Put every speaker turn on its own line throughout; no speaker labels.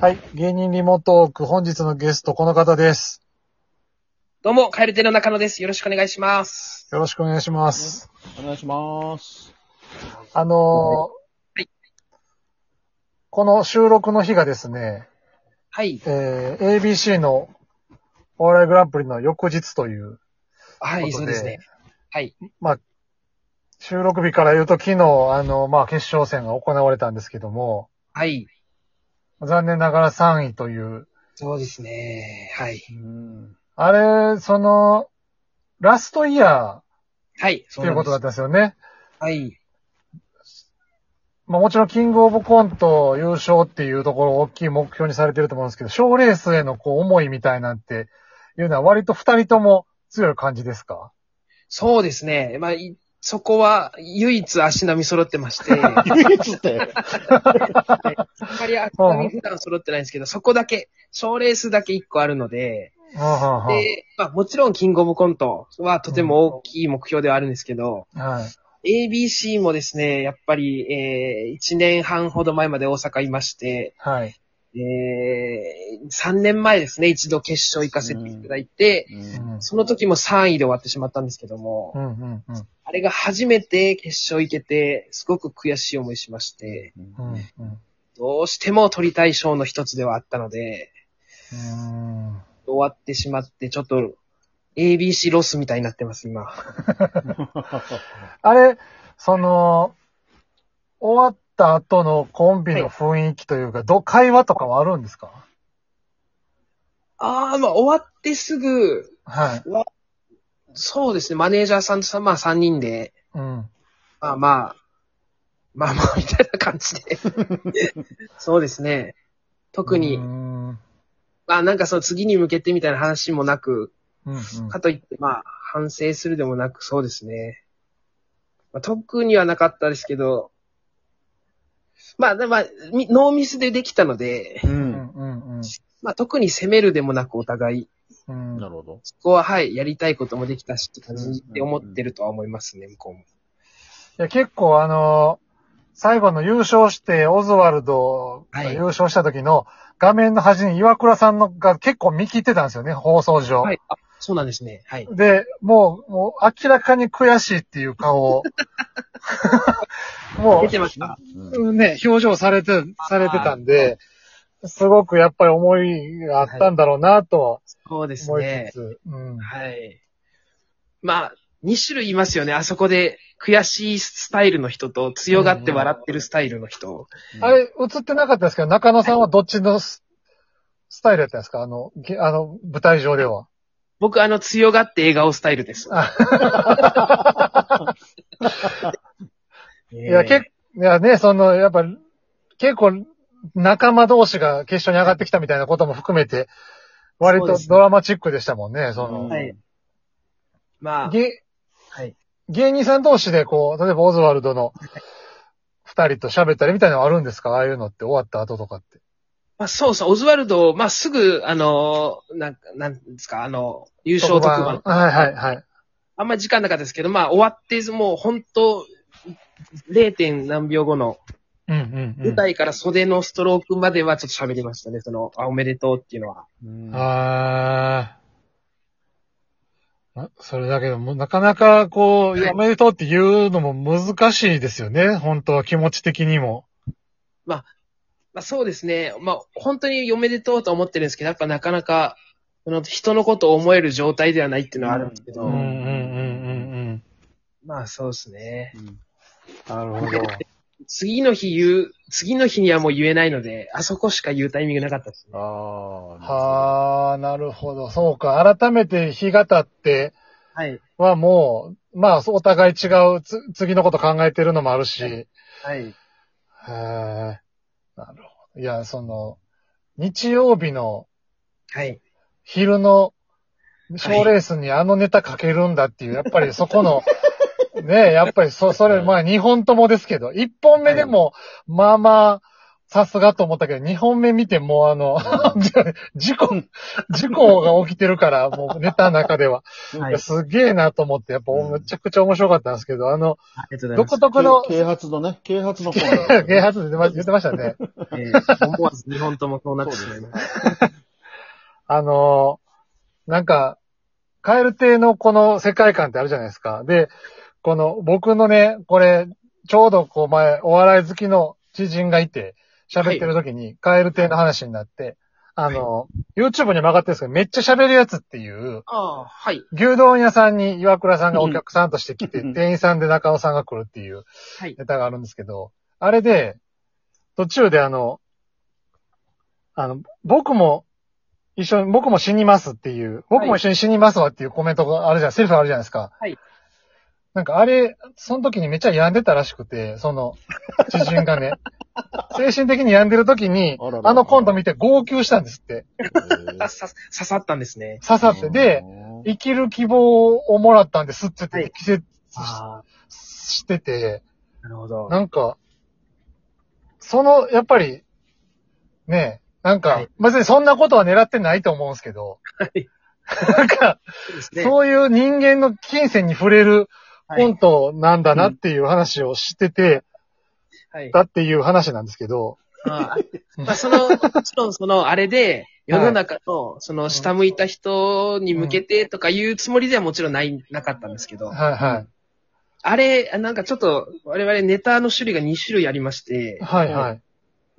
はい。芸人リモートーク、本日のゲスト、この方です。
どうも、カエルテの中野です。よろしくお願いします。
よろしくお願いします。
お願いします。
あのー
はい
この収録の日がですね、
はい。
えー、ABC のお笑いグランプリの翌日という、
はい、
ということで
そうですね。はい。
収録日から言うと昨日、あの、まあ、決勝戦が行われたんですけども、
はい。
残念ながら3位という、
そうですね。はい。
うん。
あれ、その、ラストイヤ
はい。
ーということだったんですよね。
はい。
まあもちろんキングオブコント優勝っていうところを大きい目標にされてると思うんですけど、賞ーレースへのこう思いみたいなんていうのは割と二人とも強い感じですか
そうですね。まあ、いそこは唯一足並み揃ってまして、あん
唯一って。
まり足並み普段揃ってないんですけど、そこだけ、賞レースだけ一個あるので、
はあはあは
で、まあもちろんキングオブコントはとても大きい目標ではあるんですけど、
あはい。
ABC もですね、やっぱり、えー、1年半ほど前まで大阪いまして、
はい。
えー、3年前ですね、一度決勝行かせていただいて、
うん。
その時も3位で終わってしまったんですけども、
うんうんうん。
あれが初めて決勝行けて、すごく悔しい思いしまして、
うんうん。
どうしても取りたい賞の一つではあったので、
うんう
終わってしまって、ちょっと ABC ロスみたいになってます、今。
ーんあれ、その、終わった後のコンビの雰囲気というか、ど、会話とかはあるんですか
あー、まあ終わってすぐ、
はい。
そうですね、マネージャーさんとさ、まあ3人で、
うん。
まあまあ、まあまあ、みたいな感じ で。そうですね。特に
うー、ん。うん
まあなんかその次に向けてみたいな話もなく、
うん。
かといってまあ反省するでもなくそうですね。まあ、特にはなかったですけど、まあ、でまあ、みノーミスでできたので、
う
うん
ん。
うん
まあ特に攻めるでもなくお互い、
うん。
なるほど。
そこははい、やりたいこともできたしって感じで思ってるとは思いますね、向こうも。
いや、結構あの最後の優勝して、オズワルドが
はい
優勝した時の画面の端に岩倉さんのが結構見切ってたんですよね、放送上。
はい、あ、そうなんですね。はい。
で、もう、もう明らかに悔しいっていう顔 を、も
出てました。
うん
う、ね、表情されて、されてたんで、すごくやっぱり思いがあったんだろうなと
そうです
思い
ね
つ。つ、うん。
はい。まあ、2種類いますよね。あそこで悔しいスタイルの人と強がって笑ってるスタイルの人。
あれ、映ってなかったですけど、中野さんはどっちのススタイルやったんですかあの、げあの、舞台上では。
僕、あの、強がって笑顔スタイルです。い
いや、結構、いやね、その、やっぱ、結構、仲間同士が決勝に上がってきたみたいなことも含めて、割
そう
と
ですね
ドラマチックでしたもんね、その、
はいまあ、
げ
はい。
芸人さん同士でこう、例えばオズワルドの二人と喋ったりみたいなのはあるんですかああいうのって終わった後とかって。
まあ、そうそう、オズワルド、まあ、すぐ、あの、なん、なんですか、あの、優勝特番。
はいはいはい。
あんまり時間なかったですけど、まあ、終わって、もう、本当 0. 点何秒後の
うんうん、うん。
舞台から袖のストロークまではちょっと喋りましたね。その、あ、おめでとうっていうのは。
うん
あーあ。それだけども、なかなかこう、
はい
おめでとうって言うのも難しいですよね。本当は気持ち的にも。
まあそうですね。まあ本当におめでとうと思ってるんですけど、やっぱなかなか、その人のことを思える状態ではないっていうのはあるんですけど、
う
うんんうんうん
まあそうですね。
うんうん。なるほど。
次の日言う、次の日にはもう言えないので、あそこしか言うタイミングなかったですね。
ああ。
はあ、なるほど。そうか。改めて日が経って
はい。
はもう、まあ、お互い違うつ、次のこと考えてるのもあるし。へ
はい。
え。なるほど。いや、その、日曜日の
はい。
昼の賞レースにあのネタかけるんだっていう、やっぱりそこの、ねえ、やっぱりそ、それ、まあ、2本ともですけど、1本目でも、まあまあ、さすがと思ったけど、2本目見てもうあの、 事故、事故が起きてるから、もうネタの中では。
はい
いやすげえなと思って、やっぱ
うん
めちゃくちゃ面白かったんですけど、あの、
ありがとうござい
独
ます。
特の、
啓発のね、啓発の 方。
啓発で言ってましたね。
えー思わず2本ともそうなってしまいます。
あのーなんか、カエル亭のこの世界観ってあるじゃないですか。で、この僕のね、これ、ちょうどこう前、お笑い好きの知人がいて、喋ってる時に、カエル亭の話になって、あのー YouTube にも上がってるんですけど、めっちゃ喋るやつっていう、
ああ、はい。
牛丼屋さんに岩倉さんがお客さんとして来て、
うん
店員さんで中尾さんが来るっていう
はい
ネタがあるんですけど、あれで、途中であの、あの、僕も一緒に、僕も死にますっていう、僕も一緒に死にますわっていうコメントがあるじゃん、セリフあるじゃないですか。
はい。
なんかあれ、その時にめっちゃ病んでたらしくて、その、知人がね、精神的に病んでる時に、
あらら
あのコント見て号泣したんですって。
あ、さ、刺さったんですね。
刺さって。で、、生きる希望をもらったんですって
は
て
い、
季節
あ
してて、
あ、なるほど。
なんか、その、やっぱり、ねえ、なん
は
か
い、
別にそんなことは狙ってないと思うんですけど、
い
なんか、
そうですね。
そういう人間の金銭に触れる
は
コン
い。
トなんだなっていう話をしてて、
はい。
だっていう話なんですけど、
ああまあ、その、もちろんその、あれで、世の中の、その、下向いた人に向けてとかいうつもりではもちろんない、なかったんですけど、
はいは
あれ、なんかちょっと、我々ネタの種類が2種類ありまし
い。
て、
はいはい。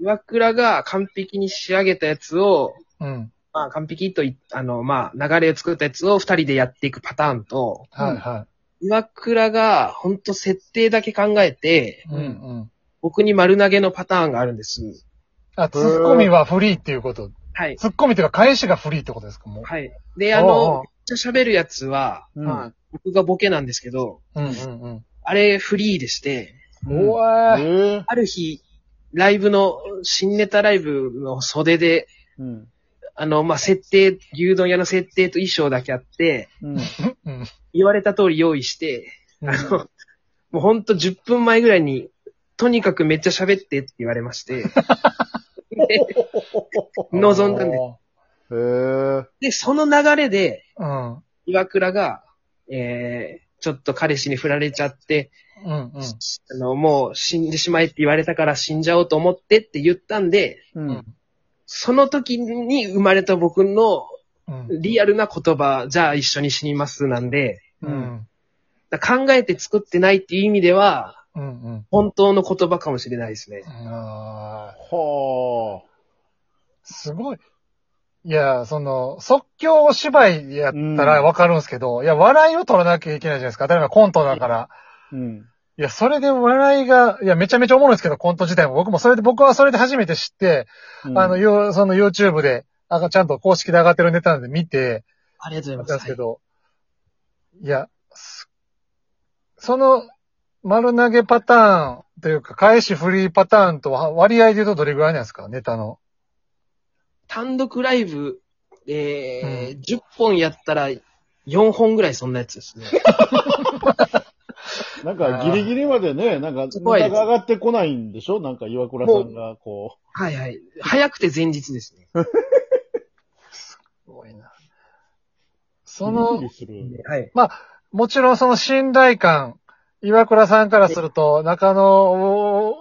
岩倉が完璧に仕上げたやつを、
うん。
まあ、完璧とい、あの、まあ、流れを作ったやつを2人でやっていくパターンと、
はいは
岩倉が、ほんと設定だけ考えて、
い。うんうん。
僕に丸投げのパターンがあるんです。
あ、ツッコミはフリーっていうこと。
はい。
ツッコミというか返しがフリーってことですかもう。
はい。で、あの、めっちゃ喋るやつは、
うん
まあ、僕がボケなんですけど、
うんうん
あれフリーでして、
う
うん
ん。うわ
え
ー
ー
ある日、ライブの、新ネタライブの袖で、
うん。
あの、まあ、設定、牛丼屋の設定と衣装だけあって、
うん。
うん。
言われた通り用意して、
うん
あの、もうほんと10分前ぐらいに、とにかくめっちゃ喋ってって言われま して、で望んだんで
へー
で、その流れで、
うん。
岩倉が、えー、ちょっと彼氏に振られちゃって、
うんうん。
あの、もう死んでしまえって言われたから死んじゃおうと思ってって言ったんで、
うん。
その時に生まれた僕の
うん。
リアルな言葉、じゃあ一緒に死にますなんで、
うん。
だから考えて作ってないっていう意味では、
うん。うん。
本当の言葉かもしれないですね。
あー
は
すごい。いや、その、即興芝居やったらわかるんですけど、いや、笑いを取らなきゃいけないじゃないですか。例えばコントだから。
あ。うん。
いや、それで笑いが、いや、めちゃめちゃおもろいですけど、コント自体も。僕もそれで、僕はそれで初めて知って、あの、
うん、
ようその YouTube で、あがちゃんと公式で上がってるネタなんで見て、
ありがとう
だ
ご
った
ざ
んで
いますす。
けど、いや、すその丸投げパターンというか、返しフリーパターンとは割合で言うとどれぐらいなんですかネタの。
単独ライブ、えー
う
10本やったら4本ぐらいそんなやつですね。
なんかギリギリまでね、なんか、
すごい
値段が上がってこないんでしょなんか岩倉さんが、こ
はいはい。早くて前日ですね。
すごいな。
う、
そ
びっ
の、
くりする。
はい。
もちろんその信頼感、岩倉さんからすると、中野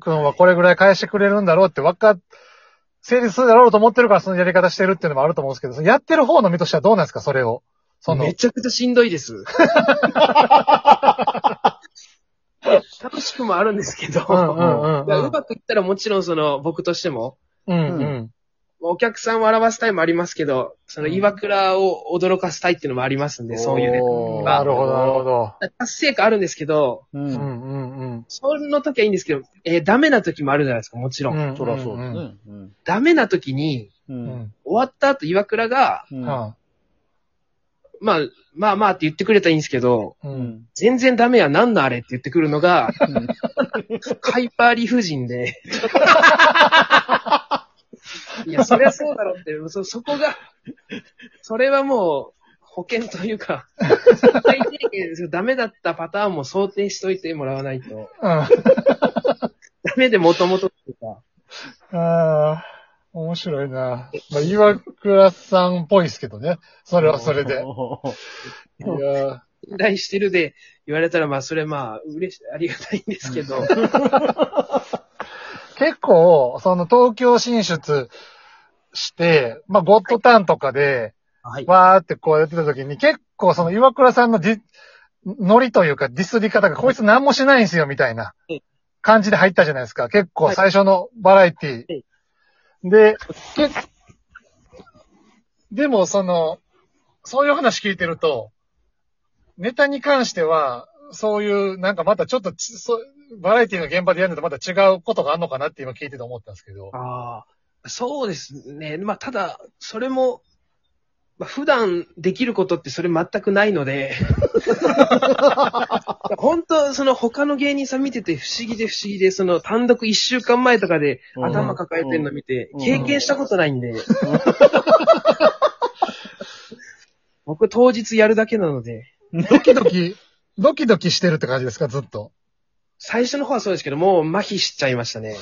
君はこれぐらい返してくれるんだろうって分かっ、成立するだろうと思ってるからそのやり方してるっていうのもあると思うんですけど、そのやってる方の身としてはどうなんですかそれを。その
め、ちゃくちゃしんど いです。いや楽しくもあるんですけど、
うんうんうんうん
いやうまくいったらもちろんその僕としても、
うんうん。
お客さんを笑わすたいもありますけど、その岩倉を驚かせたいっていうのもありますんで、そういうね。
おー
なるほど、なるほど。
達成感あるんですけど、
う
うん
ん。
うんうん。
その時はいいんですけど、えーダメな時もあるじゃないですか、もちろん。
ん
そらそうだ。ね。うん。
ダメな時に、
う。
うんん。
終わった後岩倉が、
う。
うんん。
まあ、まあまあって言ってくれたらいいんですけど、
う。
うんん。
全然ダメや、なんのあれって言ってくるのが、
うん
ハイパー理不尽で。いや、そりゃそうだろうって、そ、そこが、それはもう、保険というか、最低限ですよダメだったパターンも想定しといてもらわないと、
うん。
ダメでもともとっていうか、
ああ、面白いな。まあ、岩倉さんっぽいですけどね。それはそれ で。いやー
信頼してるで言われたら、まあ、それまあ、嬉しい、ありがたいんですけど、
結構、その東京進出して、まあ、ゴッドタンとかで、
はい。
わーってこうやってた時に、結構その岩倉さんのディ、ノリというかディスり方が、こいつ何もしないんすよ、みたいな
はい
感じで入ったじゃないですか。結構
はい
最初のバラエテ
はい
ィ。で、けでもその、そういう話聞いてると、ネタに関しては、そういう、なんかまたちょっとち、そうバラエティの現場でやるのとまた違うことがあるのかなって今聞いてて思ったんですけ ど。
ああ、そうですね。まあ、ただ、それも、まあ、普段できることってそれ全くないの で、本当、その他の芸人さん見てて不思議で不思議で、その単独一週間前とかで
うん
頭抱えてるの見て
うん、
経験したことないんで。 僕当日やるだけなので、
ドキドキ、ドキドキしてるって感じですか、ずっと。
最初の方はそうですけど、もう麻痺しちゃいました ね。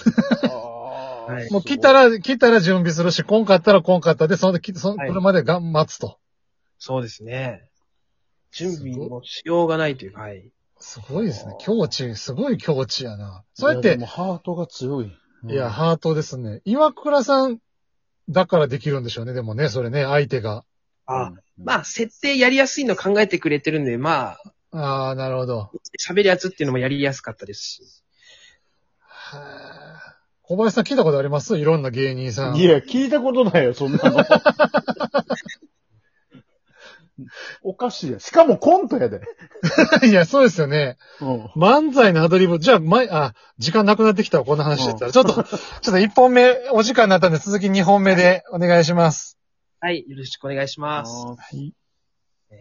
はい
もう来た
ら、
ら、来たら準備するし、来んかったら来んかったで、その、きその、
はい
これまでがん待つと。
そうですね。準備
すごい
もしようがないというか、はい。
すごいですね。境地、すごい境地やな。そう
い
やっ
や
て
でも、ハートが強い。うん
いや、ハートですね。岩倉さんだからできるんでしょうね、でもね、それね、相手が。
あ、
うん
まあ、設定やりやすいの考えてくれてるんで、まあ、
ああ、なるほど。
喋るやつっていうのもやりやすかったですし。
はあ小林さん聞いたことありますいろんな芸人さん。
いや、聞いたことないよ、そんなの。おかしいや。しかもコントやで。
いや、そうですよね。
うん。
漫才のアドリブ、じゃあ、前、あ、時間なくなってきたわ、こんな話してたら。ちょっと、ちょっと1本目、お時間になったんで、続き2本目でお願いします。
はい、よろしくお願いします。
はい。
えー